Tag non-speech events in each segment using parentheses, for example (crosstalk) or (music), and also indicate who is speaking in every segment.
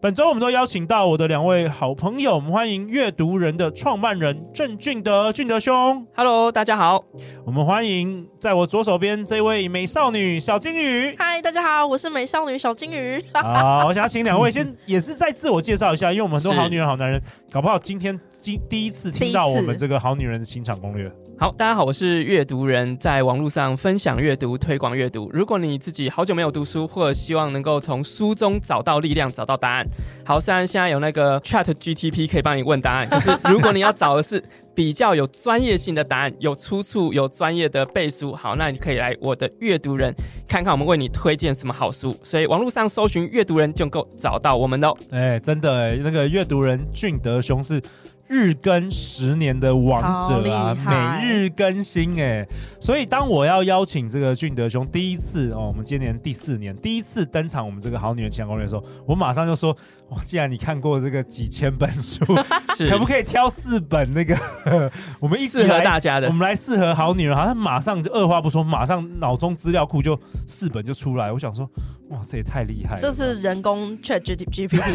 Speaker 1: 本周我们都邀请到我的两位好朋友，我们欢迎阅读人的创办人郑俊德，俊德兄。
Speaker 2: Hello，大家好。
Speaker 1: 我们欢迎在我左手边这位美少女小金鱼。
Speaker 3: 嗨，大家好，我是美少女小
Speaker 1: 嗯
Speaker 3: 金鱼。
Speaker 1: 好，我想请两位 (laughs) 先也是再自我介绍一下，因为我们都
Speaker 2: 是
Speaker 1: 好女人、好男人，搞不好今天今第一次听到
Speaker 3: 第一
Speaker 1: 我
Speaker 3: 次
Speaker 1: 们这个好女人的情场攻略。
Speaker 2: 好，大家好，我是阅读人，在网络上分享阅读、推广阅读。如果你自己好久没有读书，或者希望能够从书中找到力量、找到答案，好，虽然现在有那个 Chat GTP 可以帮你问答案，可是
Speaker 1: (laughs)
Speaker 2: 如果你要找的是比较有专业性的答案，有出处、有专业的背书，好，那你可以来我的阅读人看看我们为你推荐什么好书。所以网络上搜寻阅读人就能够找到我们哦喽。
Speaker 1: 哎、真的哎、那个阅读人俊德兄是日更十年的王者啊
Speaker 3: 超厉，害
Speaker 1: 每日更新哎、所以当我要邀请这个俊德兄第一次哦，我们今年第四年第一次登场我们这个好女人情感攻略的时候，我马上就说，哇，既然你看过这个几千本
Speaker 3: (laughs)
Speaker 1: 书，
Speaker 2: 是
Speaker 1: 可不可以挑四本那个我们一起
Speaker 2: 适合
Speaker 1: 来
Speaker 2: 大家
Speaker 1: 我
Speaker 2: 的？
Speaker 1: 们来适合好女人，好像马上就二话不说，马上脑中资料库就四本就出来。我想说，哇，这也太厉害了！
Speaker 3: 这是人工 Chat G
Speaker 1: (laughs)
Speaker 3: P T，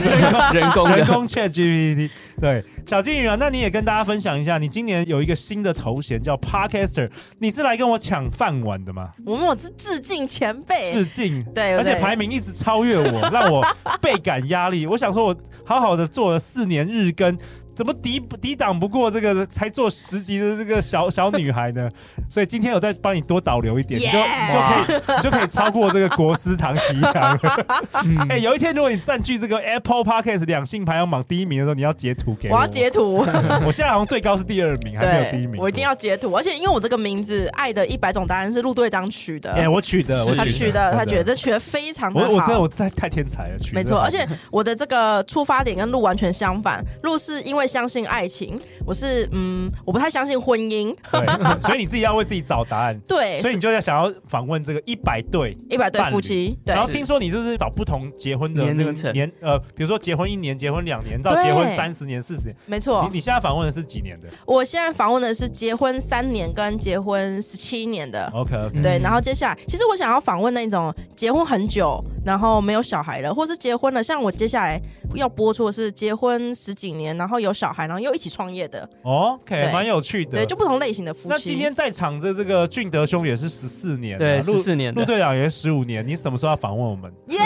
Speaker 2: 人工
Speaker 1: 人
Speaker 2: 的。
Speaker 1: 工 Chat GPT。对，小金鱼啊，那你也跟大家分享一下，你今年有一个新的头衔叫 Podcaster，你是来跟我抢饭碗的吗？
Speaker 3: 我们我是致敬前辈，
Speaker 1: 致敬。
Speaker 3: 对，
Speaker 1: 而且
Speaker 3: 对
Speaker 1: 排名一直超越我，让我倍感压力。我想说，我好好的做了四年日更，怎么抵抵挡不过这个才做十集的这个小小女孩呢？ (laughs) 所以今天我再帮你多导流一点，你就
Speaker 3: Yeah！
Speaker 1: 你就可以你就可以超过这个国师唐奇阳
Speaker 3: (laughs)
Speaker 1: 了。
Speaker 3: 嗯
Speaker 1: 哎、有一天如果你占据这个 Apple Podcast 两性排行榜第一名的时候，你要截图给我。
Speaker 3: 我要截图，
Speaker 1: (laughs) 我现在好像最高是第二名，还没有第一
Speaker 3: 对
Speaker 1: 名。，
Speaker 3: 我一定。要截图，而且因为我这个名字《爱的一百种答案》是陆队长取的
Speaker 1: 哎、，我取的，
Speaker 2: 是
Speaker 1: 我
Speaker 3: 他取的，他觉得
Speaker 1: 真
Speaker 3: 这取得非常的
Speaker 1: 我我真的
Speaker 3: 好。
Speaker 1: 我太太天才了，取
Speaker 3: 没
Speaker 1: 得
Speaker 3: 错，
Speaker 1: 好
Speaker 3: 而且我的这个出发点跟陆完全相反。陆是因为相信爱情，我是嗯，我不太相信婚姻。
Speaker 1: 对， (laughs) 所以你自己要为自己找答案。
Speaker 3: 对
Speaker 1: 所，以你就在想要访问这个一百对，
Speaker 3: 一百对
Speaker 1: 伴侣
Speaker 3: 夫妻，对
Speaker 1: 然，后听说你就是找不同结婚的
Speaker 2: 年
Speaker 1: 那
Speaker 2: 龄
Speaker 1: 个
Speaker 2: 层
Speaker 1: 年呃，比如说结婚一年、结婚两年到
Speaker 3: 对
Speaker 1: 结婚三十年、四十年，
Speaker 3: 没错。
Speaker 1: 你你现在访问的是几年的
Speaker 3: 我现在访问的是结婚三年跟结婚十七年的。
Speaker 1: ？OK，
Speaker 3: 对，
Speaker 2: 嗯
Speaker 3: 然后接下来，其实我想要访问那种结婚很久，然后没有小孩了，或是结婚了，像我接下来要播出的是结婚十几年，然后有小孩，然后又一起创业的，
Speaker 1: 哦 OK，
Speaker 3: 对
Speaker 1: 蛮有趣的。
Speaker 3: 对，就不同类型的夫妻。
Speaker 1: 那今天在场的这个俊德兄也是十四年啊，
Speaker 2: 对，
Speaker 1: 陆
Speaker 2: 十四年
Speaker 1: 陆
Speaker 2: 的。
Speaker 1: 队长也十五年，你什么时候要访问我们？
Speaker 3: 耶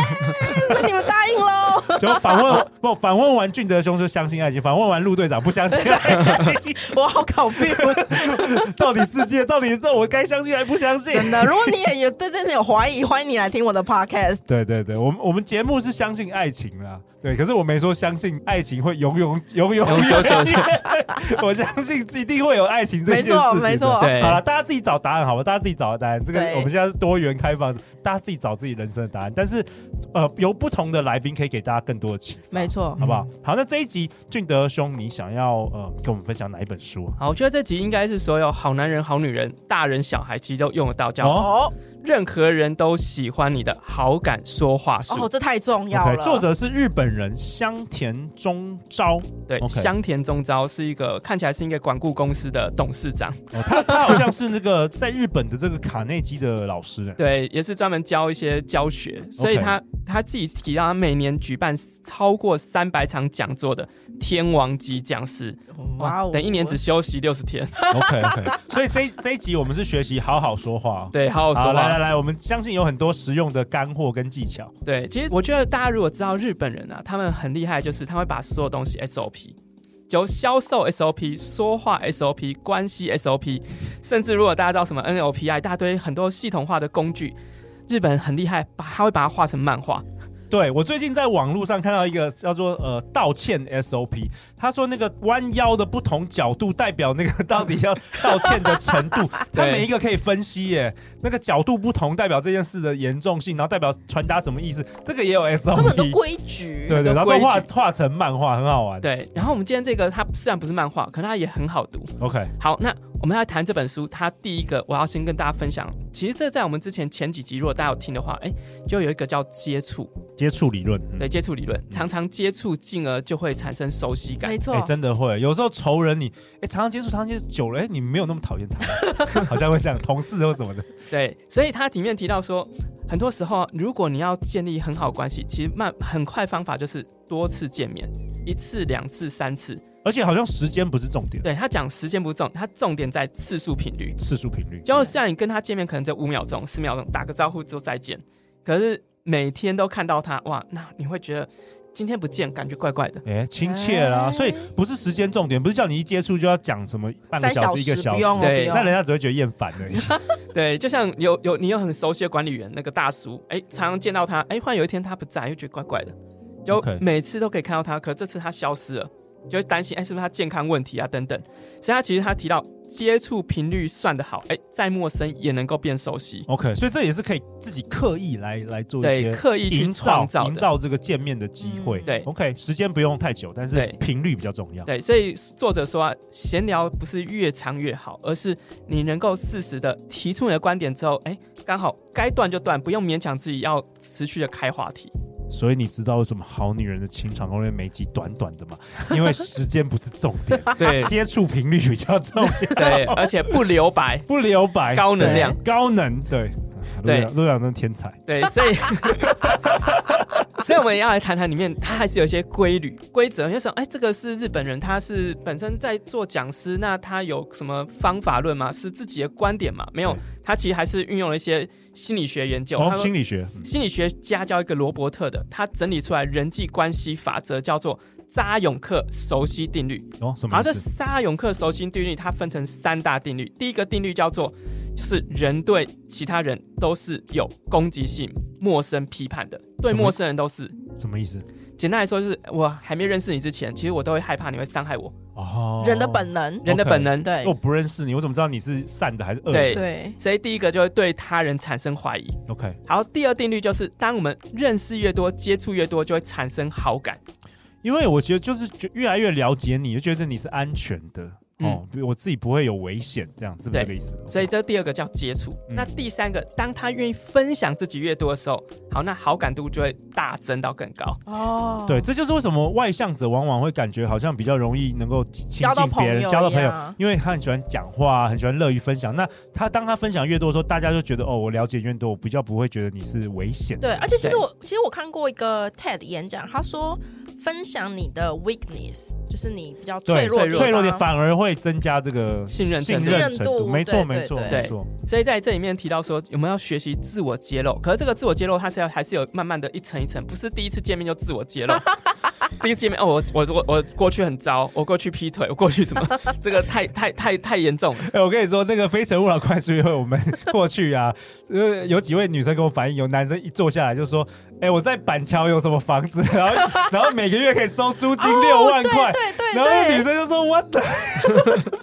Speaker 3: 那你们答应喽？
Speaker 1: 就访
Speaker 2: (laughs)
Speaker 1: 问不访问完俊德兄就相信爱情，访问完陆队长不相信爱
Speaker 3: (laughs)
Speaker 1: 情，
Speaker 3: 我好 confused，
Speaker 1: 到底世界到底是我该相信还是不相信？
Speaker 3: 真的。如果你也有对这件事有怀疑，欢迎你来听我的 podcast。
Speaker 1: 对对对，我们我们节目是相信爱情啦，对，可是我没说相信爱情会永永 (laughs) 永永
Speaker 2: 永久久
Speaker 1: (laughs) 我相信一定会有爱情这
Speaker 3: 没
Speaker 1: 件事情
Speaker 3: 错，
Speaker 1: 的。
Speaker 3: 没错。
Speaker 2: 对
Speaker 1: 好了，大家自己找答案，好吧？大家自己找答案。这个
Speaker 3: 对
Speaker 1: 我们现在是多元开放，大家自己找自己人生的答案。但是，呃，由不同的来宾可以给大家更多的启发，
Speaker 3: 没错
Speaker 1: 好不好？好，那这一集俊德兄，你想要呃跟我们分享哪一本书啊？
Speaker 2: 好，我觉得这集应该是所有好男人、好女人、大人、小孩其实都用得到，叫
Speaker 1: 哦
Speaker 3: 哦
Speaker 2: 任何人都喜欢你的好感说话术。
Speaker 3: 哦，这太重要
Speaker 1: ，OK，
Speaker 3: 了。
Speaker 1: 作者是日本人香田中昭，
Speaker 2: 对
Speaker 1: OK
Speaker 2: 香田中昭是一个看起来是一个管顾公司的董事长，
Speaker 1: 哦他他好像是那个在日本的这个卡内基的老师，哎
Speaker 2: 对，也是专门教一些教学，所以他他自己提到，他每年举办超过三百场讲座的天王级讲师，
Speaker 3: 哇哦，
Speaker 2: 等一年只休息六十天，
Speaker 1: OK OK，所以这一这一集我们是学习好好说话。哦
Speaker 2: 对，好好说
Speaker 1: 好，
Speaker 2: 话。
Speaker 1: 来来来，我们相信有很多实用的干货跟技巧。
Speaker 2: 对，其实我觉得大家如果知道日本人啊，他们很厉害，就是他会把所有东西 SOP，由销售 SOP、说话 SOP、关系 SOP，甚至如果大家知道什么 NLP 啊，一大堆很多系统化的工具，日本人很厉害，把他会把它画成漫画。
Speaker 1: 对我最近在网络上看到一个叫做呃道歉 SOP，他说那个弯腰的不同角度代表那个 (laughs) 到底要道歉的程度，他
Speaker 2: (laughs) 对
Speaker 1: 每一个可以分析耶，那个角度不同代表这件事的严重性，然后代表传达什么意思，这个也有
Speaker 3: 他们很多
Speaker 1: SOP，
Speaker 3: 规矩，
Speaker 1: 对对，然
Speaker 2: 很多
Speaker 1: 后都画
Speaker 2: 规矩
Speaker 1: 画成漫画，很好玩。
Speaker 2: 对，然后我们今天这个它虽然不是漫画，可是它也很好读。
Speaker 1: ，OK，
Speaker 2: 好，那我们要谈这本书，它第一个我要先跟大家分享，其实这在我们之前前几集，如果大家有听的话，哎，就有一个叫接触，
Speaker 1: 接触理论，嗯
Speaker 2: 对，接触理论，常常接触，进而就会产生熟悉感
Speaker 3: 没。错
Speaker 1: 哎、，真的会，有时候仇人你，哎、常常接触，常常接触久了，哎、你没有那么讨厌他， (laughs) 好像会这样，同事或什么的，
Speaker 2: 对，所以它里面提到说，很多时候如果你要建立很好的关系，其实慢很快方法就是多次见面，一次、两次、三次。
Speaker 1: 而且好像时间不是重点，
Speaker 2: 对他讲时间不重，他重点在次数频率。
Speaker 1: 次数频率，
Speaker 2: 就像你跟他见面，可能只有五秒钟、十秒钟，打个招呼之后再见。可是每天都看到他，哇，那你会觉得今天不见，感觉怪怪的。
Speaker 1: 哎、亲切啦，
Speaker 3: 哎
Speaker 1: 所以不是时间重点，不是叫你一接触就要讲什么半个
Speaker 3: 三
Speaker 1: 小
Speaker 3: 小
Speaker 1: 时、一个小
Speaker 3: 不
Speaker 1: 时，
Speaker 3: 用哦，
Speaker 2: 对
Speaker 3: 不用
Speaker 1: 那人家只会觉得厌烦
Speaker 2: (laughs)
Speaker 1: 而已。
Speaker 2: 对，就像有有你有很熟悉的管理员那个大叔，哎，常常见到他，哎，忽然有一天他不在，又觉得怪怪的，就
Speaker 1: OK
Speaker 2: 每次都可以看到他，可这次他消失了，就会担心，哎，是不是他健康问题啊等等。所以他其实他提到接触频率算得好，哎，再陌生也能够变熟悉，
Speaker 1: OK，所以这也是可以自己刻意来来做一
Speaker 2: 对，
Speaker 1: 些
Speaker 2: 刻意去
Speaker 1: 营
Speaker 2: 创
Speaker 1: 造
Speaker 2: 造
Speaker 1: 营
Speaker 2: 的。
Speaker 1: 造这个见面的机会。
Speaker 3: 嗯
Speaker 2: 对
Speaker 1: ，OK，时间不用太久，但是
Speaker 2: 对
Speaker 1: 频率比较重要。
Speaker 2: 对，所以作者说啊，闲聊不是越长越好，而是你能够适时的提出你的观点之后，哎，刚好该断就断，不用勉强自己要持续的开话题。
Speaker 1: 所以你知道为什么《好女人的情场攻略》每集短短的吗？因为时间不是重点，
Speaker 2: 对
Speaker 1: 接触频率比较重要，
Speaker 2: 对，而且不留白。
Speaker 1: 不留白，
Speaker 2: 高能量
Speaker 1: 对高能，对，
Speaker 2: 对
Speaker 1: 陆阳真天才。
Speaker 2: 对，所以 (laughs) 所以我们要来谈谈里面，它还是有一些规律规则。你就想，哎，这个是日本人，他是本身在做讲师，那他有什么方法论吗？是自己的观点吗？没有
Speaker 1: 对，
Speaker 2: 他其实还是运用了一些心理学研究。
Speaker 1: 然后
Speaker 2: 他说
Speaker 1: 心理学，嗯
Speaker 2: 心理学家叫一个罗伯特的，他整理出来人际关系法则，叫做扎永克熟悉定律。
Speaker 1: 哦，什么
Speaker 2: 然后
Speaker 1: 意
Speaker 2: 这
Speaker 1: 思？
Speaker 2: 沙永克轴心定律，它分成三大定律。第一个定律叫做，就是人对其他人都是有攻击性、陌生批判的，对
Speaker 1: 什么
Speaker 2: 陌生人都是。
Speaker 1: 什么意思？
Speaker 2: 简单来说，就是我还没认识你之前，其实我都会害怕你会伤害我，
Speaker 1: 哦，
Speaker 3: 人的本能，
Speaker 2: 人的
Speaker 1: OK
Speaker 2: 本能。
Speaker 3: 对
Speaker 1: 我不认识你，我怎么知道你是善的还是恶的
Speaker 2: 对
Speaker 3: 对，
Speaker 2: 所以第一个就会对他人产生怀疑。
Speaker 1: ？OK，
Speaker 2: 好，第二定律就是，当我们认识越多、接触越多，就会产生好感。
Speaker 1: 因为我觉得就是觉越来越了解你，就觉得你是安全的。哦，比我自己不会有危险，这样是不是
Speaker 2: 对
Speaker 1: 这个意思？
Speaker 2: 所以这第二个叫接触。
Speaker 1: 嗯
Speaker 2: 那第三个，当他愿意分享自己越多的时候，好，那好感度就会大增到更高。
Speaker 3: 哦，
Speaker 1: 对，这就是为什么外向者往往会感觉好像比较容易能够亲
Speaker 3: 交到
Speaker 1: 近
Speaker 3: 朋
Speaker 1: 别人、
Speaker 3: 友
Speaker 1: 交到
Speaker 3: 一
Speaker 1: 朋友
Speaker 3: 样，
Speaker 1: 因为他很喜欢讲话，啊很喜欢乐于分享。那他当他分享越多的时候，大家就觉得哦，我了解越多，我比较不会觉得你是危险的
Speaker 3: 对，
Speaker 1: 人。
Speaker 3: 而且其实
Speaker 2: 对
Speaker 3: 我其实我看过一个 TED 演讲，他说分享你的 weakness，就是你比较脆弱
Speaker 2: 脆
Speaker 3: 的
Speaker 2: 弱
Speaker 3: 地
Speaker 1: 脆弱点
Speaker 3: 方
Speaker 1: 反而会增加这个
Speaker 2: 信任
Speaker 1: 信
Speaker 2: 程度
Speaker 1: 任
Speaker 3: 信任
Speaker 1: 程
Speaker 3: 度
Speaker 1: 度。没错，
Speaker 3: 对
Speaker 1: 没错，
Speaker 3: 对
Speaker 2: 对
Speaker 1: 没错。
Speaker 2: 所以在这里面提到说，我们要学习自我揭露，可是这个自我揭露它是要还是有慢慢的一层一层，不是第一次见面就自我揭露。 (laughs) 第一次见面哦，我我我我过去很糟，我过去劈腿，我过去什么，这个太太太太严重了。
Speaker 1: 哎，我跟你说，那个《非诚勿扰》快速约会，我们 (laughs) 过去啊，呃，有几位女生跟我反映，有男生一坐下来就说：“哎，我在板桥有什么房子， (laughs) 然后然后每个月可以收租金六万块。”
Speaker 3: 哦对对
Speaker 1: 然后那女
Speaker 3: 对，
Speaker 1: 生就说 “What the？” (laughs)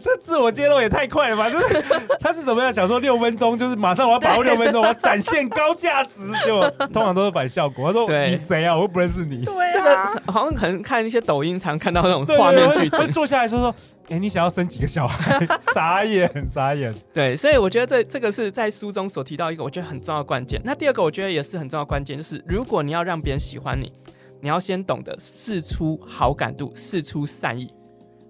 Speaker 1: 这自我揭露也太快了吧！就是他是怎么样想说六分钟，就是马上我要把握六分
Speaker 3: (laughs)
Speaker 1: 钟，我要展现高价值，就通常都是反效果。他说：“
Speaker 2: 对
Speaker 1: 你谁啊？我又不认识你。”
Speaker 3: 对
Speaker 2: 这个
Speaker 3: 啊，
Speaker 2: 好像可能看一些抖音常看到那种
Speaker 1: 对
Speaker 2: 画面
Speaker 1: 对
Speaker 2: 剧
Speaker 1: 对
Speaker 2: 情
Speaker 1: 会。坐下来说说：“哎，你想要生几个小孩？” (laughs) 傻眼，傻眼。
Speaker 2: 对，所以我觉得这这个是在书中所提到一个我觉得很重要的关键。那第二个我觉得也是很重要的关键，就是如果你要让别人喜欢你，你要先懂得试出好感度，试出善意。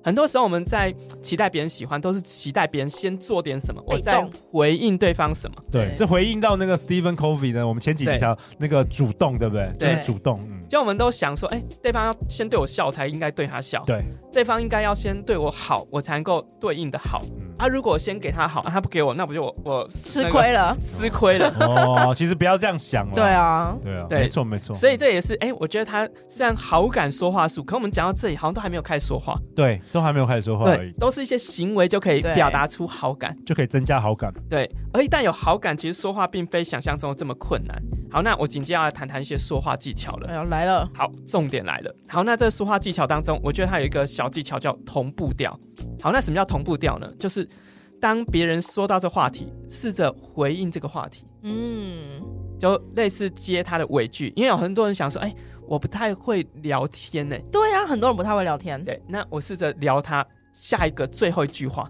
Speaker 2: 很多时候我们在期待别人喜欢，都是期待别人先做点什么，
Speaker 3: 被
Speaker 2: 我再
Speaker 3: 动
Speaker 2: 回应对方什么。
Speaker 1: 对
Speaker 3: 对，
Speaker 1: 这回应到那个 Stephen Covey 呢，我们前几集
Speaker 2: 对
Speaker 1: 讲那个主动，对不对？就
Speaker 2: 对
Speaker 1: 是主动，嗯，
Speaker 2: 就我们都想说，哎，对方要 (laughs) 先对我笑，我才应该对他笑；
Speaker 1: 对，
Speaker 2: 对方应该要先对我好，我才能够对应的好。
Speaker 1: 嗯，
Speaker 2: 啊，如果我先给他好，啊他不给我，那不就我我
Speaker 3: 吃亏
Speaker 2: 了，
Speaker 3: 了。
Speaker 2: 吃亏了。
Speaker 1: 哦，其实不要这样想了。
Speaker 3: 对，啊，
Speaker 1: 对啊，
Speaker 2: 对
Speaker 1: 没错没错。
Speaker 2: 所以这也是，哎、我觉得他虽然好感说话术，可我们讲到这里好像都还没有开始说话，
Speaker 1: 对，都还没有开始说话而
Speaker 2: 对
Speaker 1: 已，，
Speaker 2: 都是一些行为就可以
Speaker 3: 对
Speaker 2: 表达出好感，
Speaker 1: 就可以增加好感。
Speaker 2: 对。而一旦有好感，其实说话并非想象中的这么困难。好，那我紧接着要谈谈一些说话技巧了
Speaker 3: 哎。呦来了，
Speaker 2: 好，重点来了。好，那这说话技巧当中，我觉得它有一个小技巧叫同步调。好，那什么叫同步调呢？就是当别人说到这话题，试着回应这个话题，
Speaker 3: 嗯，
Speaker 2: 就类似接他的尾句。因为有很多人想说，哎、我不太会聊天呢、
Speaker 3: 对啊，很多人不太会聊天，
Speaker 2: 对，那我试着聊他下一个最后一句话。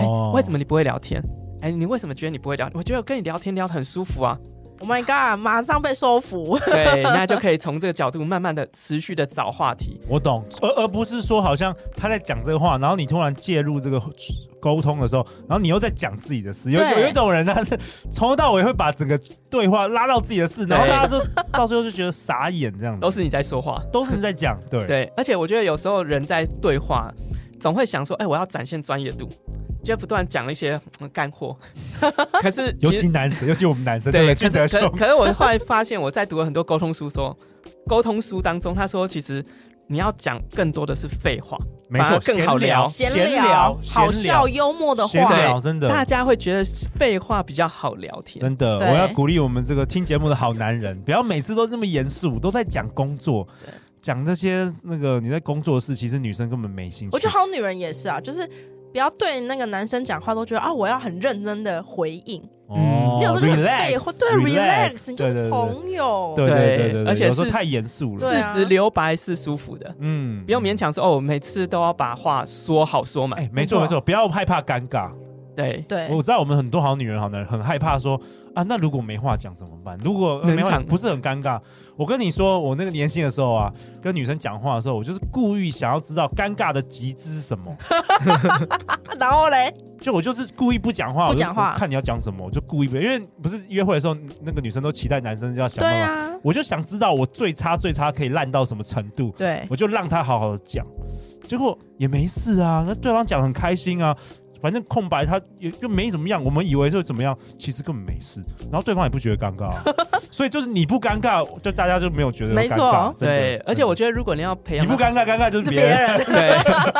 Speaker 2: 哎、
Speaker 1: 哦，
Speaker 2: 为什么你不会聊天？哎、你为什么觉得你不会聊？我觉得跟你聊天聊得很舒服
Speaker 1: (laughs)
Speaker 2: 啊。
Speaker 3: Oh my god！马上被收服，
Speaker 2: 对，那就可以从这个角度慢慢的持续的找话题。
Speaker 1: 我懂，而而不是说好像他在讲这个话，然后你突然介入这个沟通的时候，然后你又在讲自己的事。有
Speaker 3: 对
Speaker 1: 有有一种人，他是从头到尾会把整个对话拉到自己的事，然后
Speaker 2: 对
Speaker 1: 大家就到最后就觉得傻眼这样子，
Speaker 2: 都是你在说话，
Speaker 1: 都是你在讲，对
Speaker 2: 对，而且我觉得有时候人在对话，总会想说，哎、我要展现专业度，就不断讲一些嗯
Speaker 1: (laughs)
Speaker 2: 干货。可是
Speaker 1: 尤
Speaker 2: 其
Speaker 1: 其
Speaker 2: 实
Speaker 1: 男生，尤其我们男生，
Speaker 2: 对，
Speaker 1: 对，
Speaker 2: 可
Speaker 1: 去
Speaker 2: 是
Speaker 1: 得
Speaker 2: 可
Speaker 1: 秀，
Speaker 2: 可是我后来发现，我在读了很多沟通书说，沟通书当中他说，其实你要讲更多的是废话，
Speaker 1: 没
Speaker 2: 反
Speaker 1: 错，
Speaker 2: 而更好聊
Speaker 3: 闲
Speaker 1: 闲
Speaker 3: 聊
Speaker 1: 聊，、
Speaker 3: 好
Speaker 1: 闲
Speaker 3: 笑、
Speaker 1: 聊
Speaker 3: 幽默的
Speaker 1: 闲
Speaker 3: 话，
Speaker 1: 聊，真
Speaker 2: 大
Speaker 1: 的。
Speaker 2: 家会觉得废话比较好聊天。
Speaker 1: 真的，我
Speaker 3: 对
Speaker 1: 要鼓励我们这个听节目的好男人，不要每次都那么严肃，都在讲工作，讲这些那个你在工作的事，其实女生根本没兴趣。
Speaker 3: 我觉得好女人也是啊，就是。不要对那个男生讲话都觉得啊，我要很认真的回应。
Speaker 1: 哦
Speaker 3: 你有时候就很
Speaker 1: relax，
Speaker 3: 废话，对
Speaker 1: relax，
Speaker 3: ，relax，你就是
Speaker 1: 对对对
Speaker 3: 朋友。
Speaker 1: 对对对对，
Speaker 2: 而且
Speaker 1: 有时候
Speaker 2: 是
Speaker 1: 太严肃了，
Speaker 3: 对
Speaker 2: 事
Speaker 3: 啊
Speaker 2: 实留白是舒服的，
Speaker 1: 嗯，
Speaker 2: 不用勉。强说哦，我每次都要把话说好说满。
Speaker 1: 哎，没错
Speaker 3: 没错
Speaker 1: 没错，不要害怕尴尬。
Speaker 2: 对，
Speaker 3: 对，
Speaker 1: 我知道我们很多好女人、好男人很害怕说啊，那如果没话讲怎么办？如果呃
Speaker 3: (laughs)
Speaker 2: 冷
Speaker 1: 没话
Speaker 2: 场
Speaker 1: 不是很尴尬。我跟你说，我那个年轻的时候啊，跟女生讲话的时候，我就是故意想要知道尴尬的极致是
Speaker 3: (laughs)
Speaker 1: 什么，
Speaker 3: 啊然后嘞，
Speaker 1: 就我就是故意不讲话，
Speaker 3: 不
Speaker 1: 我就
Speaker 3: 讲话
Speaker 1: 看你要讲什么，我就故意不，因为不是约会的时候，那个女生都期待男生要想
Speaker 3: 对
Speaker 1: 办法，
Speaker 3: 啊，
Speaker 1: 我就想知道我最差最差可以烂到什么程度。
Speaker 3: 对，
Speaker 1: 我就让他好好的讲，结果也没事啊，那对方讲得很开心啊，反正空白他也就没怎么样，我们以为就怎么样，其实根本没事，然后对方也不觉得尴尬啊、
Speaker 3: (laughs)
Speaker 1: 所以就是你不尴尬，就大家就没有觉得有
Speaker 3: 没
Speaker 1: 尴
Speaker 3: 错
Speaker 1: 尬，真的
Speaker 2: 对，而且我觉得啊如果你要培
Speaker 1: 你
Speaker 2: 养
Speaker 1: 不尴尬，尴尬就是别
Speaker 3: 别
Speaker 1: 人，
Speaker 3: 人
Speaker 2: (laughs) 对，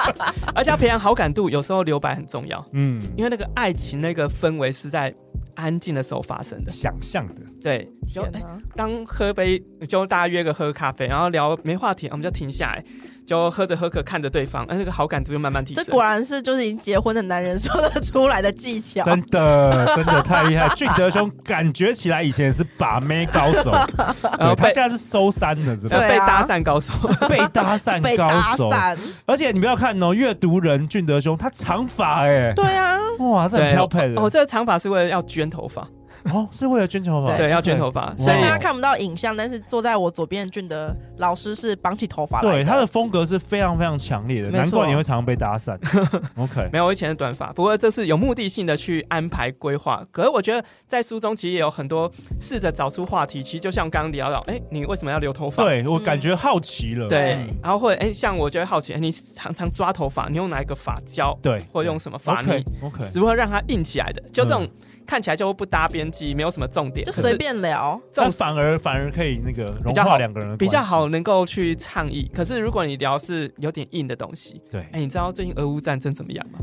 Speaker 2: (laughs) 而且要培养好感度，有时候留白很重要，
Speaker 3: (laughs)
Speaker 1: 嗯，
Speaker 2: 因为那个爱情那个氛围是在安静的时候发生的。
Speaker 1: 想象的，
Speaker 2: 对，就、
Speaker 3: 天
Speaker 2: 哎
Speaker 3: 哪
Speaker 2: 当喝杯，就大家约个喝咖啡，然后聊没话题，我们就停下来，就喝着喝着看着对方，哎、那个好感度就慢慢提
Speaker 3: 这
Speaker 2: 升。
Speaker 3: 果然是就是已经结婚的男人 (laughs) 说得出来的技巧。
Speaker 1: 真的真的太厉害，俊德兄感觉起来以前是把妹高
Speaker 3: (laughs)
Speaker 1: 手，
Speaker 2: 然后
Speaker 1: 对他
Speaker 2: 呃被
Speaker 1: 现在是收山的，是
Speaker 2: 呃
Speaker 1: 吧？
Speaker 2: 被
Speaker 3: 对啊
Speaker 2: 搭讪高手，
Speaker 1: 被搭
Speaker 3: 呃 (laughs) 被
Speaker 1: 讪
Speaker 3: 搭
Speaker 1: 高手，
Speaker 3: 讪，
Speaker 1: (laughs) 而且你不要看哦，阅读人俊德兄他长发哎、
Speaker 3: 对啊，
Speaker 1: 哇，这很
Speaker 2: 对
Speaker 1: 漂配的
Speaker 2: 哦，这个长发是为了要卷头发，
Speaker 1: (laughs) 哦，是为了捐头发，
Speaker 2: 对，要卷头发，
Speaker 1: 对
Speaker 2: 所
Speaker 3: 虽
Speaker 2: 以
Speaker 3: 然大家
Speaker 1: 哇
Speaker 3: 看不到影像，但是坐在我左边的俊的老师是绑起头发来
Speaker 1: 对，他的风格是非常非常强烈的，
Speaker 3: 没错
Speaker 1: 难怪你会常常被搭
Speaker 2: (laughs)
Speaker 1: 讪。OK，
Speaker 2: 没有我以前的短发，不过这是有目的性的去安排规划。可是我觉得在书中其实也有很多试着找出话题，其实就像刚刚聊到，哎、你为什么要留头发？
Speaker 1: 对
Speaker 3: 嗯
Speaker 1: 我感觉好奇了。
Speaker 2: 对
Speaker 1: 嗯
Speaker 2: 然后或者哎、像我就会好奇，哎、你常常抓头发，你用哪一个发胶，
Speaker 1: 对，
Speaker 2: 或用什么发泥
Speaker 1: OK，嗯
Speaker 2: 只会让它硬起来的，就这种看起来就不搭边际，没有什么重点，
Speaker 3: 就
Speaker 2: 可
Speaker 3: 随
Speaker 2: 是
Speaker 3: 便聊，
Speaker 2: 这
Speaker 1: 但
Speaker 2: 种
Speaker 1: 反而反而可以那个融
Speaker 2: 比较
Speaker 1: 化
Speaker 2: 好
Speaker 1: 两个人的
Speaker 2: 比较
Speaker 1: 关系。
Speaker 2: 好能够去倡议。可是如果你聊是有点硬的东西，
Speaker 1: 对
Speaker 2: 哎、，你知道最近俄乌战争怎么样吗？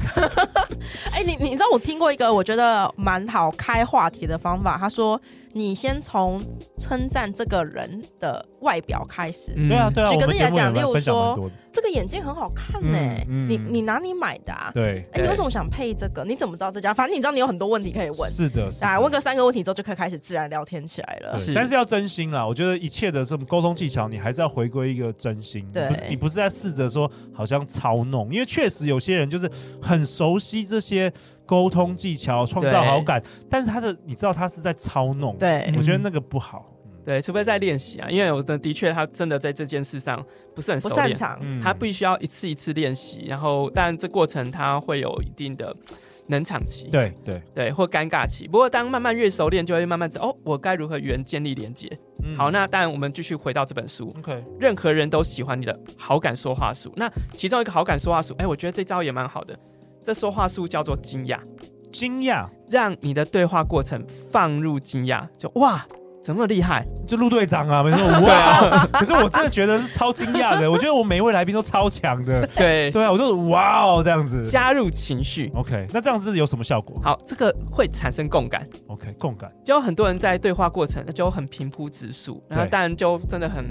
Speaker 3: 哎、你你知道我听过一个我觉得蛮好开话题的方法，他说你先从称赞这个人的外表开始，
Speaker 2: 嗯
Speaker 1: 对啊对啊，
Speaker 3: 举
Speaker 1: 我
Speaker 3: 个
Speaker 1: 们
Speaker 3: 例
Speaker 1: 节
Speaker 3: 来
Speaker 1: 目也
Speaker 3: 讲例如
Speaker 1: 分享蛮
Speaker 3: 说
Speaker 1: 多的。
Speaker 3: 这个眼镜很好看呢、
Speaker 1: 嗯嗯
Speaker 3: 你
Speaker 1: 嗯
Speaker 3: 你哪里买的啊？
Speaker 1: 对，
Speaker 3: 哎、你为什么想配这个？你怎么知道这家？反正你知道你有很多问题可以问，
Speaker 1: 是的，是的
Speaker 3: 啊，问个三个问题之后就可以开始自然聊天起来了。
Speaker 1: 对
Speaker 2: 是
Speaker 1: 但是要真心啦，我觉得一切的什么沟通技巧，你还是要回归一个真心。你
Speaker 3: 对
Speaker 1: 不是你不是在试着说好像操弄，因为确实有些人就是很熟悉这些沟通技巧，创造好感，但是他的你知道他是在操弄，，
Speaker 3: 对，
Speaker 1: 我觉得那个不好。嗯
Speaker 2: 对，除非在练习啊，因为我的的确他真的在这件事上不是很熟
Speaker 3: 不擅
Speaker 2: 练，
Speaker 3: 长。
Speaker 1: 嗯
Speaker 2: 他必须要一次一次练习，然后但这过程他会有一定的嘖冷场期，
Speaker 1: 对对，
Speaker 2: 对或尴尬期。不过当慢慢越熟练，就会慢慢知道哦，我该如何与人建立连接。
Speaker 1: 嗯
Speaker 2: 好，那当然我们继续回到这本书，
Speaker 1: OK，
Speaker 2: 任何人都喜欢你的好感说话术。那其中一个好感说话术，哎，我觉得这招也蛮好的，这说话术叫做惊讶，
Speaker 1: 惊讶，
Speaker 2: 让你的对话过程放入惊讶，就哇，怎么那么厉害？
Speaker 1: 就陆队长啊，没错，
Speaker 2: 对
Speaker 1: 哇！可是我真的觉得是超惊讶的，我觉得我每一位来宾都超强的，
Speaker 2: 对，
Speaker 1: 对啊，我就哇哦这样子。
Speaker 2: 加入情绪。
Speaker 1: OK，那这样子有什么效果
Speaker 2: 好，这个会产生共感。
Speaker 1: ？OK，共感。
Speaker 2: 就很多人在对话过程就很平铺直述，然后
Speaker 1: 对
Speaker 2: 当然就真的很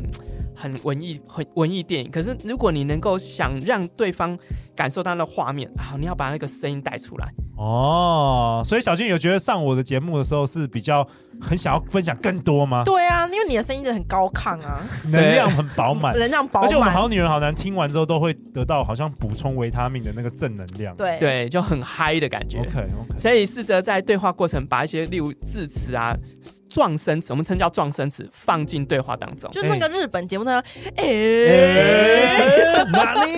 Speaker 2: 很文艺、很文艺电影。可是如果你能够想让对方感受到那画面啊，你要把那个声音带出来。
Speaker 1: 哦，所以小静有觉得上我的节目的时候是比较很想要分享更多吗？
Speaker 3: 对啊，因为你的声音真的很高亢啊，
Speaker 1: 能量很饱满，
Speaker 3: 能量饱
Speaker 1: 哎而且我们
Speaker 3: 满，
Speaker 1: 好女人好男听完之后都会得到好像补充维他命的那个正能量。
Speaker 3: 对
Speaker 2: 对，就很嗨的感觉。
Speaker 1: ，OK OK，
Speaker 2: 所以试着在对话过程把一些例如字词啊、撞声词，我们称叫撞声词，放进对话当中。
Speaker 3: 就是那个日本节目那样，哎、
Speaker 1: 哎哪里？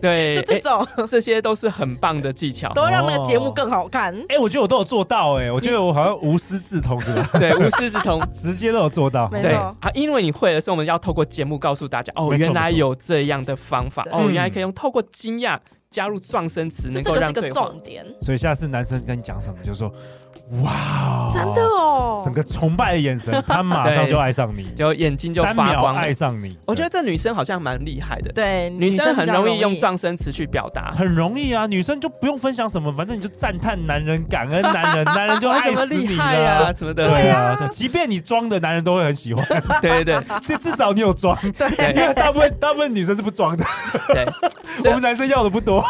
Speaker 2: 对，
Speaker 3: 就这
Speaker 2: 诶
Speaker 3: 种， (laughs)
Speaker 2: 这些都是很棒的技巧。
Speaker 3: 都会让那个节目更好看。
Speaker 1: 哎，我觉得我都有做到，哎，我觉得我好像无师自通，是吧？ (laughs)
Speaker 2: 对，无师自通。
Speaker 1: 直接都有做到。
Speaker 3: (laughs) 没
Speaker 2: 对
Speaker 3: 错
Speaker 2: 啊，因为你会了，所以我们要透过节目告诉大家，哦，
Speaker 1: 没错
Speaker 2: 原来有这样的方法
Speaker 3: 没，错
Speaker 2: 哦，
Speaker 1: 对
Speaker 2: 原来可以用透过惊讶加入撞声词，
Speaker 3: 就
Speaker 2: 能
Speaker 3: 这
Speaker 2: 够
Speaker 3: 个
Speaker 2: 让
Speaker 3: 是个
Speaker 2: 对方
Speaker 3: 重点，
Speaker 1: 所以下次男生跟你讲什么，就说哇，
Speaker 3: 真的，哦。
Speaker 1: 整个崇拜的眼神，他马上就爱上你，
Speaker 2: 就眼睛就
Speaker 1: 三
Speaker 2: 发
Speaker 1: 秒
Speaker 2: 光了
Speaker 1: 爱。上你。
Speaker 2: 我觉得这女生好像蛮厉害的，
Speaker 3: 对，
Speaker 2: 女生很
Speaker 3: 比较
Speaker 2: 容
Speaker 3: 容
Speaker 2: 易用撞声词去表达。
Speaker 1: 很容易啊，女生就不用分享什么，反正你就赞叹男人、感恩男人，男人就
Speaker 2: 哇，
Speaker 1: 爱
Speaker 2: 怎么
Speaker 1: 死
Speaker 2: 啊厉 (laughs)
Speaker 1: 你
Speaker 2: 害
Speaker 1: 了
Speaker 2: 呀？。怎么的？
Speaker 1: 对啊，对即便你装的，男人都会很喜欢， (laughs)
Speaker 2: 对对
Speaker 1: 就至少你有装。
Speaker 2: 对
Speaker 3: (laughs)
Speaker 1: 因为
Speaker 2: 对
Speaker 1: 大部分大部分女生是不装的，
Speaker 2: 对，
Speaker 1: 我们男生要的不多。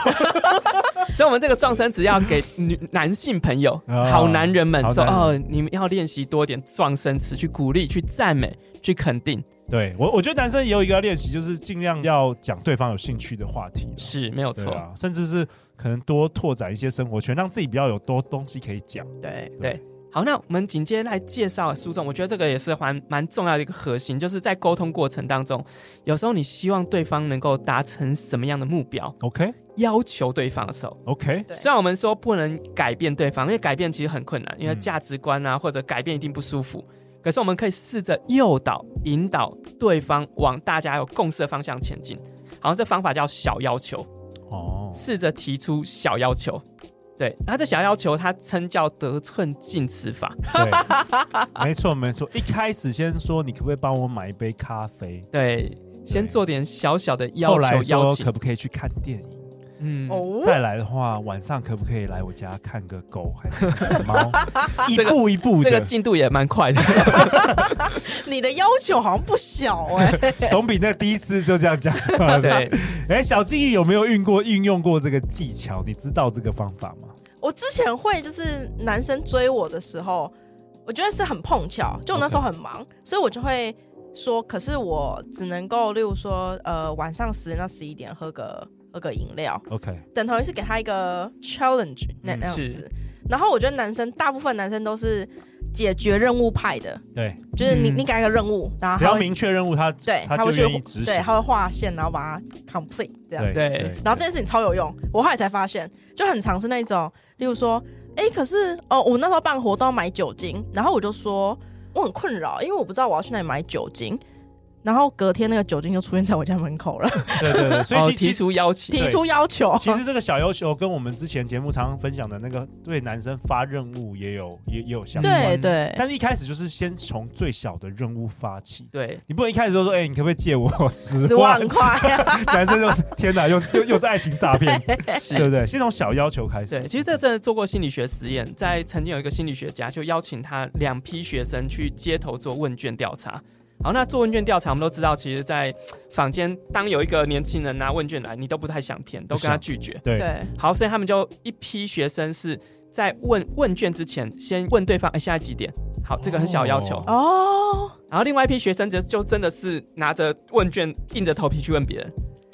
Speaker 2: 所以我们这个撞声词要给女男性朋友、
Speaker 1: 啊
Speaker 2: 好男人们
Speaker 1: 好
Speaker 2: 说，
Speaker 1: 男
Speaker 2: 哦，你们要练习多点撞声词，去鼓励、去赞美、去肯定，
Speaker 1: 对我，我觉得男生也有一个要练习，就是尽量要讲对方有兴趣的话题。
Speaker 2: 是没有
Speaker 1: 对
Speaker 2: 错。
Speaker 1: 啊，甚至是可能多拓展一些生活圈，让自己比较有多东西可以讲。
Speaker 3: 对，
Speaker 2: 好，那我们紧接来介绍苏总，我觉得这个也是蛮蛮重要的一个核心，就是在沟通过程当中，有时候你希望对方能够达成什么样的目标，
Speaker 1: OK
Speaker 2: 要求对方的时候，
Speaker 1: OK，
Speaker 3: 对
Speaker 2: 虽然我们说不能改变对方，因为改变其实很困难，因为
Speaker 1: 嗯
Speaker 2: 价值观啊或者改变一定不舒服，可是我们可以试着诱导、引导对方往大家有共识的方向前进。好，这方法叫小要求，
Speaker 1: 哦，
Speaker 2: 试着提出小要求。对，那这小要求它称叫得寸进尺法。 (laughs)
Speaker 1: 对，没错没错。一开始先说你可不可以帮我买一杯咖啡，
Speaker 2: 对，先
Speaker 1: 对
Speaker 2: 做点小小的要
Speaker 1: 后来
Speaker 2: 求邀
Speaker 1: 说
Speaker 2: 请
Speaker 1: 可，不可以去看电影，
Speaker 2: 嗯，
Speaker 3: 哦，
Speaker 1: 再来的话晚上可不可以来我家看个狗还是看个
Speaker 3: (laughs)
Speaker 1: 猫，一
Speaker 2: 这个
Speaker 1: 步一步
Speaker 2: 这个
Speaker 1: 的，
Speaker 2: 进度也蛮快的，
Speaker 3: 你的要求好像不小哎、
Speaker 1: 总比那第一次就这样讲。
Speaker 2: 对，
Speaker 1: (laughs) 哎，小静有没有运过运用过这个技巧？你知道这个方法吗？
Speaker 3: 我之前会就是男生追我的时候，我觉得是很碰巧，就我那时候很忙所以我就会说，可是我只能够，例如说，呃，晚上十点到十一点喝个喝个饮料，
Speaker 1: OK，
Speaker 3: 等同于是给他一个 challenge 那
Speaker 1: 嗯
Speaker 3: 那样
Speaker 2: 是
Speaker 3: 子。然后我觉得男生大部分男生都是解决任务派的，
Speaker 1: 对，
Speaker 3: 就是你、
Speaker 2: 嗯
Speaker 3: 你给他一个任务，然后
Speaker 1: 只
Speaker 3: 啊他
Speaker 1: 要
Speaker 3: 会
Speaker 1: 明确任务，他
Speaker 3: 对
Speaker 1: 他
Speaker 3: 会
Speaker 1: 就
Speaker 3: 去
Speaker 1: 愿意执行。
Speaker 3: 对他会划线，然后把它 complete 这样
Speaker 1: 对
Speaker 2: 对
Speaker 3: 然后这件事情超有用，我后来才发现，就很常是那种，例如说，哎，可是哦，我那时候办活动要买酒精，然后我就说我很困扰，因为我不知道我要去哪里买酒精，然后隔天那个酒精就出现在我家门口了，
Speaker 1: 对对
Speaker 3: (laughs)
Speaker 1: 对，所
Speaker 2: 哦，
Speaker 1: 以其
Speaker 2: 提
Speaker 1: 实
Speaker 2: 出邀请，
Speaker 3: 提出要求，
Speaker 1: 其实这个小要求跟我们之前节目常常分享的那个对男生发任务也有也也有相关。
Speaker 3: 对对
Speaker 1: 但是一开始就是先从最小的任务发起。
Speaker 2: 对，
Speaker 1: 你不能一开始就说，哎、你可不可以借我十
Speaker 3: 十
Speaker 1: 万
Speaker 3: 万？块，
Speaker 1: (laughs) 男生就是天哪，又又又是爱情诈骗，对
Speaker 2: 是。
Speaker 1: 不对？先从小要求开始。
Speaker 2: 对，其实这真的做过心理学实验，在曾经有一个心理学家就邀请他两批学生去街头做问卷调查。好，那做问卷调查，我们都知道，其实，在坊间当有一个年轻人拿问卷来，你都不太想填，都跟他
Speaker 1: 不想
Speaker 2: 拒绝。
Speaker 1: 对
Speaker 3: 对，
Speaker 2: 好，所以他们就一批学生是在问问卷之前，先问对方，哎，现在几点？好，这个很小要求。
Speaker 1: 哦
Speaker 3: 哦，
Speaker 2: 然后另外一批学生则就真的是拿着问卷，硬着头皮去问别人。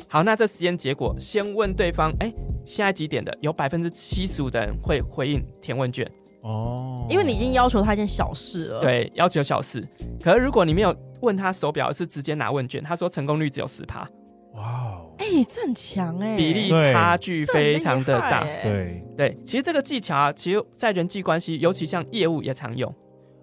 Speaker 2: 好，那这实验结果，先问对方，哎，现在几点的？有百分之七十五的人会回应填问卷，
Speaker 1: 哦，
Speaker 3: 因为你已经要求他一件小事了，，
Speaker 2: 对，要求小事。可是如果你没有问他手表，而是直接拿问卷，他说成功率只有十趴，
Speaker 1: 哇哦，
Speaker 3: 哎，这很强哎，
Speaker 2: 比例
Speaker 1: 对
Speaker 2: 差距
Speaker 3: 这很厉
Speaker 2: 非常的
Speaker 3: 害
Speaker 2: 大。
Speaker 3: 哎，
Speaker 1: 对，
Speaker 2: 对，其实这个技巧啊，其实在人际关系，尤其像业务也常用，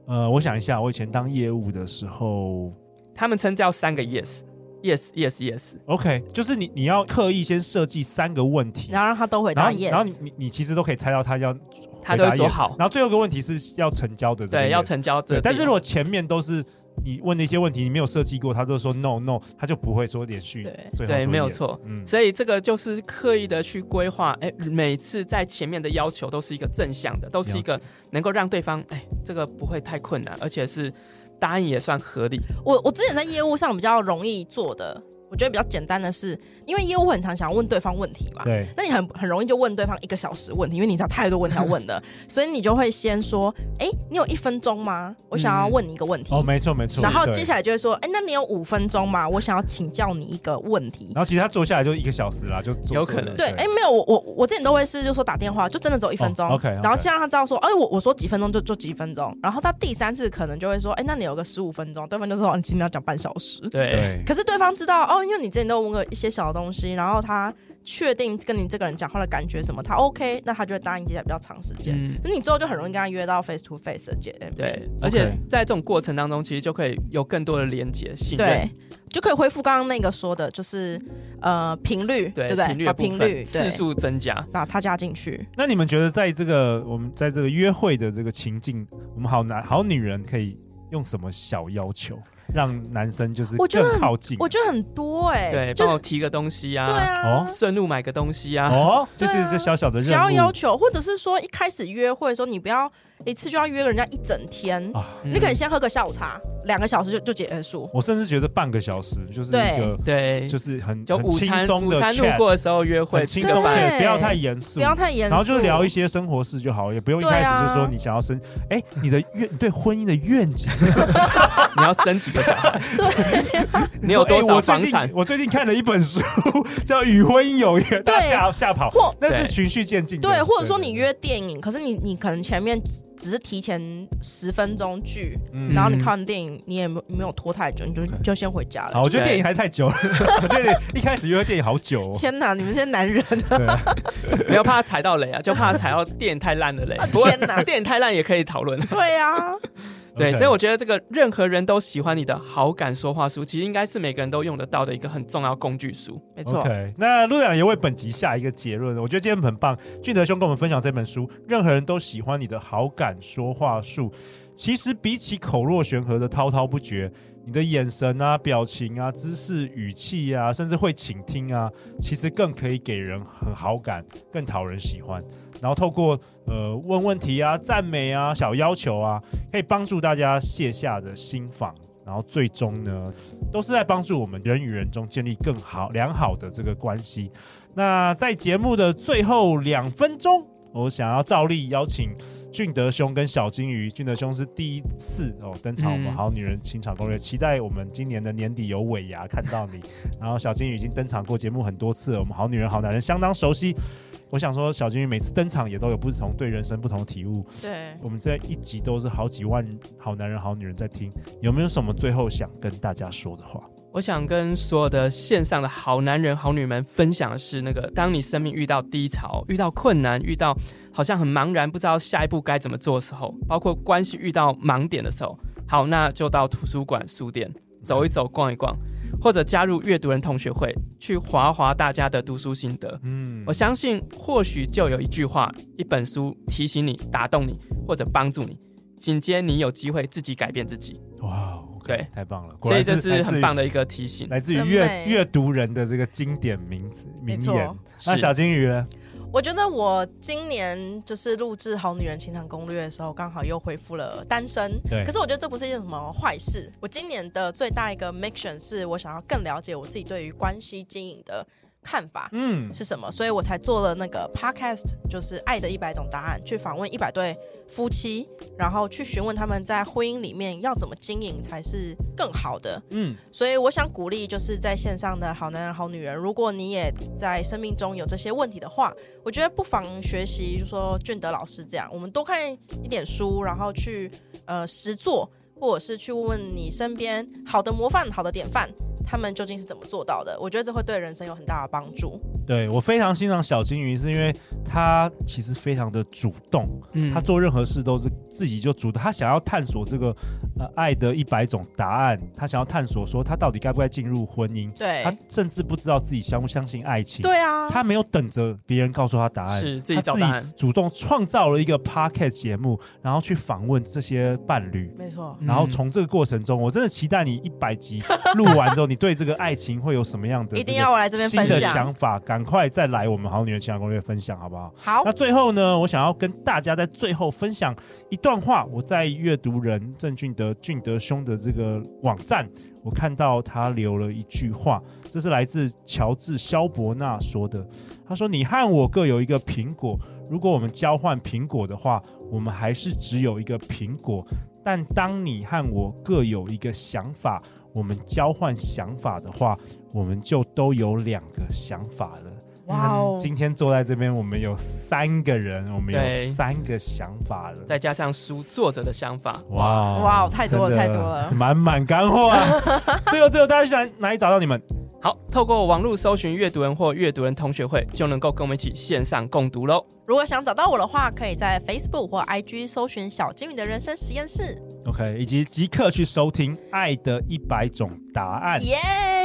Speaker 1: 呃，我想一下，我以前当业务的时候，
Speaker 2: 他们称叫三个 yes。 yes yes yes，
Speaker 1: OK，就是你你要刻意先设计三个问题，
Speaker 3: 然后让他都回
Speaker 1: 然
Speaker 3: 答
Speaker 1: 后你然后
Speaker 3: yes
Speaker 1: 你。你你其实都可以猜到他要
Speaker 2: 他都会
Speaker 1: 回答
Speaker 2: 说
Speaker 1: yes
Speaker 2: 好
Speaker 1: 然后最后一个问题是要成交的这个 yes，
Speaker 2: 对，要成交
Speaker 1: 对
Speaker 2: 的。，
Speaker 1: 但是如果前面都是你问的一些问题，你没有设计过，他就说 no no，他就不会说连续
Speaker 3: 对
Speaker 1: 最后
Speaker 2: 对
Speaker 1: 说
Speaker 2: 没有
Speaker 1: yes
Speaker 2: 错
Speaker 1: 嗯，
Speaker 2: 所以这个就是刻意的去规划，哎，每次在前面的要求都是一个正向的，都是一个能够让对方，哎，这个不会太困难，而且是答应也算合理。
Speaker 3: 我我之前在业务上比较容易做的，我觉得比较简单的是，因为业务很常想要问对方问题嘛，
Speaker 1: 对
Speaker 3: 那你很很容易就问对方一个小时问题，因为你知道太多问题要问
Speaker 1: (laughs)
Speaker 3: 了，所以你就会先说，哎、你有一分钟吗？我想要问你一个问题。
Speaker 1: 哦，没错没错。
Speaker 3: 然后
Speaker 1: 对
Speaker 3: 接下来就会说，哎、那你有五分钟吗？我想要请教你一个问题。
Speaker 1: 然后其实他坐下来就一个小时啦，就坐
Speaker 2: 有可能
Speaker 1: 坐着
Speaker 3: 对，哎、没有，我我我之前都会是就说打电话，就真的只有一分钟、
Speaker 1: 哦，OK，OK
Speaker 3: 然后先让他知道说，哎、我我说几分钟就就几分钟，然后到第三次可能就会说，哎、那你有个十五分钟，对方就说哦你今天要讲半小时，
Speaker 2: 对，
Speaker 1: 对
Speaker 3: 可是对方知道哦，因为你之前都有问过一些小东西，然后他确定跟你这个人讲话的感觉什么，他 OK，那他就会答应接下来比较长时间。
Speaker 2: 嗯。
Speaker 3: 可是你最后就很容易跟他约到 face to face 的见面，
Speaker 2: 对，而且在这种过程当中，其实就可以有更多的连接、信任
Speaker 3: 对，，就可以恢复刚刚那个说的，就是呃频率，对不对？
Speaker 2: 频率
Speaker 3: 把
Speaker 2: 的部
Speaker 3: 频
Speaker 2: 分
Speaker 3: 率
Speaker 2: 次
Speaker 3: 对，
Speaker 2: 数增加，
Speaker 3: 把他加进去。
Speaker 1: 那你们觉得在这个我们在这个约会的这个情境，我们好男好女人可以用什么小要求让男生就是
Speaker 3: 我觉得
Speaker 1: 更
Speaker 3: 很
Speaker 1: 靠近？
Speaker 3: 我觉得很多哎、
Speaker 2: 对，
Speaker 3: 就
Speaker 2: 帮我提个东西
Speaker 3: 对
Speaker 2: 啊，
Speaker 3: 啊
Speaker 1: 哦。
Speaker 2: 顺路买个东西啊，
Speaker 1: 哦，这
Speaker 3: 对啊
Speaker 1: 是这小小的任
Speaker 3: 想要要
Speaker 1: 务
Speaker 3: 求，或者是说一开始约会的时候，你不要一次就要约个人家一整天，
Speaker 1: 啊。
Speaker 2: 嗯
Speaker 3: 你可以先喝个下午茶，两个小时就就结束。
Speaker 1: 我甚至觉得半个小时就是一个，
Speaker 2: 对，
Speaker 1: 就是很
Speaker 2: 就
Speaker 1: 很
Speaker 2: 午
Speaker 1: 轻
Speaker 2: 餐
Speaker 1: 松
Speaker 2: 午
Speaker 1: 的
Speaker 2: 餐路
Speaker 1: chat，
Speaker 2: 过的时候约会
Speaker 1: 很
Speaker 2: 吃
Speaker 1: 轻
Speaker 2: 个
Speaker 1: 松
Speaker 3: 对
Speaker 1: 的
Speaker 2: 饭，啊
Speaker 1: chat，不要太严肃
Speaker 3: 不。要太严肃，
Speaker 1: 然后就聊一些生活事就好，也不用一
Speaker 3: 对
Speaker 1: 开
Speaker 3: 啊
Speaker 1: 始就说你想要生，哎、你的愿你对婚姻的愿景是
Speaker 2: 你要生几个小孩，
Speaker 3: (laughs) 对
Speaker 2: (laughs) 你有多
Speaker 1: 哎
Speaker 2: 少
Speaker 1: 我最
Speaker 2: 房
Speaker 1: 近
Speaker 2: 产？
Speaker 1: 我最近看了一本书，叫《与婚姻有约》，大家吓吓跑，
Speaker 3: 或
Speaker 1: 那是
Speaker 2: 对
Speaker 1: 循序渐进的。
Speaker 3: 嗯对，或者说你，约电影，可是你你可能前面只是提前十分钟剧，
Speaker 1: 嗯
Speaker 3: 然后你看完电影，你也没没有拖太久，你就就先回家
Speaker 1: 好，
Speaker 3: 了。
Speaker 1: 我觉得电影还太久了， (laughs) 我觉得一开始约电影好久、哦。
Speaker 3: 天哪，你们这些男人， (laughs)
Speaker 1: 对啊，
Speaker 2: (laughs) 没有怕踩到雷啊，就怕踩到电影太烂的雷。不过！
Speaker 3: 啊天
Speaker 2: (laughs)
Speaker 3: 哪
Speaker 2: 电影太烂也可以讨
Speaker 1: (laughs)
Speaker 2: 论。
Speaker 3: 对啊，
Speaker 2: 对
Speaker 1: OK
Speaker 2: 所以我觉得这个任何人都喜欢你的好感说话术，其实应该是每个人都用得到的一个很重要工具书。
Speaker 3: 没错。
Speaker 1: OK，那陆两也为本集下一个结论。我觉得今天很棒，俊德兄跟我们分享这本书《任何人都喜欢你的好感说话术》。其实比起口若悬河的滔滔不绝，你的眼神啊、表情啊、姿势、语气啊，甚至会倾听啊，其实更可以给人很好感，更讨人喜欢。然后透过呃问问题啊、赞美啊、小要求啊，可以帮助大家卸下的心防，然后最终呢都是在帮助我们人与人中建立更好良好的这个关系。那在节目的最后两分钟，我想要照例邀请俊德兄跟小金鱼。俊德兄是第一次哦登场我们
Speaker 2: 嗯
Speaker 1: 好女人情场攻略，期待我们今年的年底有尾牙看到你。然后小金鱼已经登场过节目很多次了，我们好女人好男人相当熟悉。我想说，小金鱼每次登场也都有不同对人生不同的体悟。
Speaker 3: (laughs) 对，
Speaker 1: 我们这一集都是好几万好男人、好女人在听，有没有什么最后想跟大家说的话？
Speaker 2: 我想跟所有的线上的好男人、好女们分享的是，那个当你生命遇到低潮、遇到困难、遇到好像很茫然，不知道下一步该怎么做的时候，包括关系遇到盲点的时候，好，那就到图书馆、书店走一走、逛一逛，或者加入阅读人同学会，去划划大家的读书心得。
Speaker 1: 嗯
Speaker 2: 我相信，或许就有一句话、一本书提醒你、打动你，或者帮助你。紧接你有机会自己改变自己，
Speaker 1: 哇，OK，
Speaker 2: 对
Speaker 1: 太棒了，果
Speaker 2: 所以
Speaker 1: 然
Speaker 2: 这是很棒
Speaker 1: 的。
Speaker 2: 的一个提醒。
Speaker 1: 来自于
Speaker 3: 真
Speaker 1: 阅
Speaker 3: 美
Speaker 1: 阅读人的这个经典名字名
Speaker 3: 没错
Speaker 1: 言，那
Speaker 2: 是
Speaker 1: 小金鱼呢？
Speaker 3: 我觉得我今年就是录制《好女人情场攻略》的时候，刚好又恢复了单身。
Speaker 1: 对
Speaker 3: 可是我觉得这不是一件什么坏事。我今年的最大一个 mission 是我想要更了解我自己对于关系经营的看法。
Speaker 1: 嗯，
Speaker 3: 是什么，所以我才做了那个 podcast，就是《爱的一百种答案》，去访问一百对夫妻，然后去询问他们在婚姻里面要怎么经营才是更好的。
Speaker 1: 嗯，
Speaker 3: 所以我想鼓励，就是在线上的好男人、好女人，如果你也在生命中有这些问题的话，我觉得不妨学习，就说俊德老师这样，我们多看一点书，然后去呃实做，或者是去问问你身边好的模范、好的典范，他们究竟是怎么做到的？我觉得这会对人生有很大的帮助。
Speaker 1: 对我非常欣赏小金鱼，是因为他其实非常的主动，
Speaker 2: 嗯
Speaker 1: 他做任何事都是自己就主动，他想要探索这个呃爱的一百种答案，他想要探索说他到底该不该进入婚姻，他
Speaker 3: 对
Speaker 1: 甚至不知道自己相不相信爱情，
Speaker 3: 对啊，
Speaker 1: 他没有等着别人告诉他答案，
Speaker 2: 是自己
Speaker 1: 哎他
Speaker 2: 找
Speaker 1: 自
Speaker 2: 答
Speaker 1: 己
Speaker 2: 案，
Speaker 1: 主动创造了一个 podcast 节目，然后去访问这些伴侣。
Speaker 3: 没错，
Speaker 1: 然后
Speaker 2: 嗯
Speaker 1: 从这个过程中，我真的期待你一百集录完之后，你对这个爱情会有什么样的
Speaker 3: 一
Speaker 1: 这
Speaker 3: 定
Speaker 1: 个
Speaker 3: 要我来这边
Speaker 1: 新的
Speaker 3: 分享。
Speaker 1: 想法，赶快再来我们好女人情感攻略分享，好不好？
Speaker 3: 好
Speaker 1: 那，最后呢，我想要跟大家在最后分享一段话。我在阅读人郑俊德俊德兄的这个网站，我看到他留了一句话，这是来自乔治肖伯纳说的。他说：“你和我各有一个苹果，如果我们交换苹果的话，我们还是只有一个苹果。但当你和我各有一个想法，我们交换想法的话，我们就都有两个想法了。”
Speaker 3: 哇哦，
Speaker 1: 今天坐在这边，我们有三个人，我们
Speaker 2: 对
Speaker 1: 有三个想法了。
Speaker 2: 再加上书作者的想法，
Speaker 1: 哇
Speaker 3: 哇哦太多了
Speaker 1: 哦真的
Speaker 3: 太多
Speaker 1: (laughs)
Speaker 3: 了
Speaker 1: 满满干货
Speaker 3: (laughs)
Speaker 1: 啊！最后最后，大家去哪哪里找到你们？
Speaker 2: 好，透过网络搜寻阅读人或阅读人同学会，就能够跟我们一起线上共读喽。
Speaker 3: 如果想找到我的话，可以在 Facebook 或 IG 搜寻“小金鱼的人生实验室
Speaker 1: OK，以及即刻去收听《爱的一百种答案》”。
Speaker 3: 耶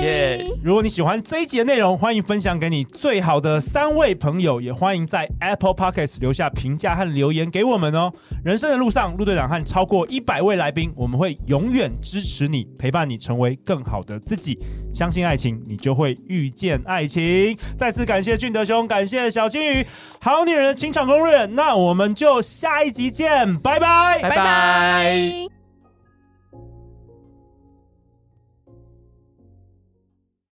Speaker 2: 耶
Speaker 1: 如果你喜欢这一集的内容，欢迎分享给你最好的三位朋友，也欢迎在 Apple Podcast 留下评价和留言给我们哦。人生的路上，陆队长和超过一百位来宾，我们会永远支持你，陪伴你成为更好的自己。相信爱情，你就会遇见爱情。再次感谢俊德兄，感谢小金鱼，好女人的情场攻略。那我们就下一集见，拜拜
Speaker 2: 拜拜
Speaker 3: 拜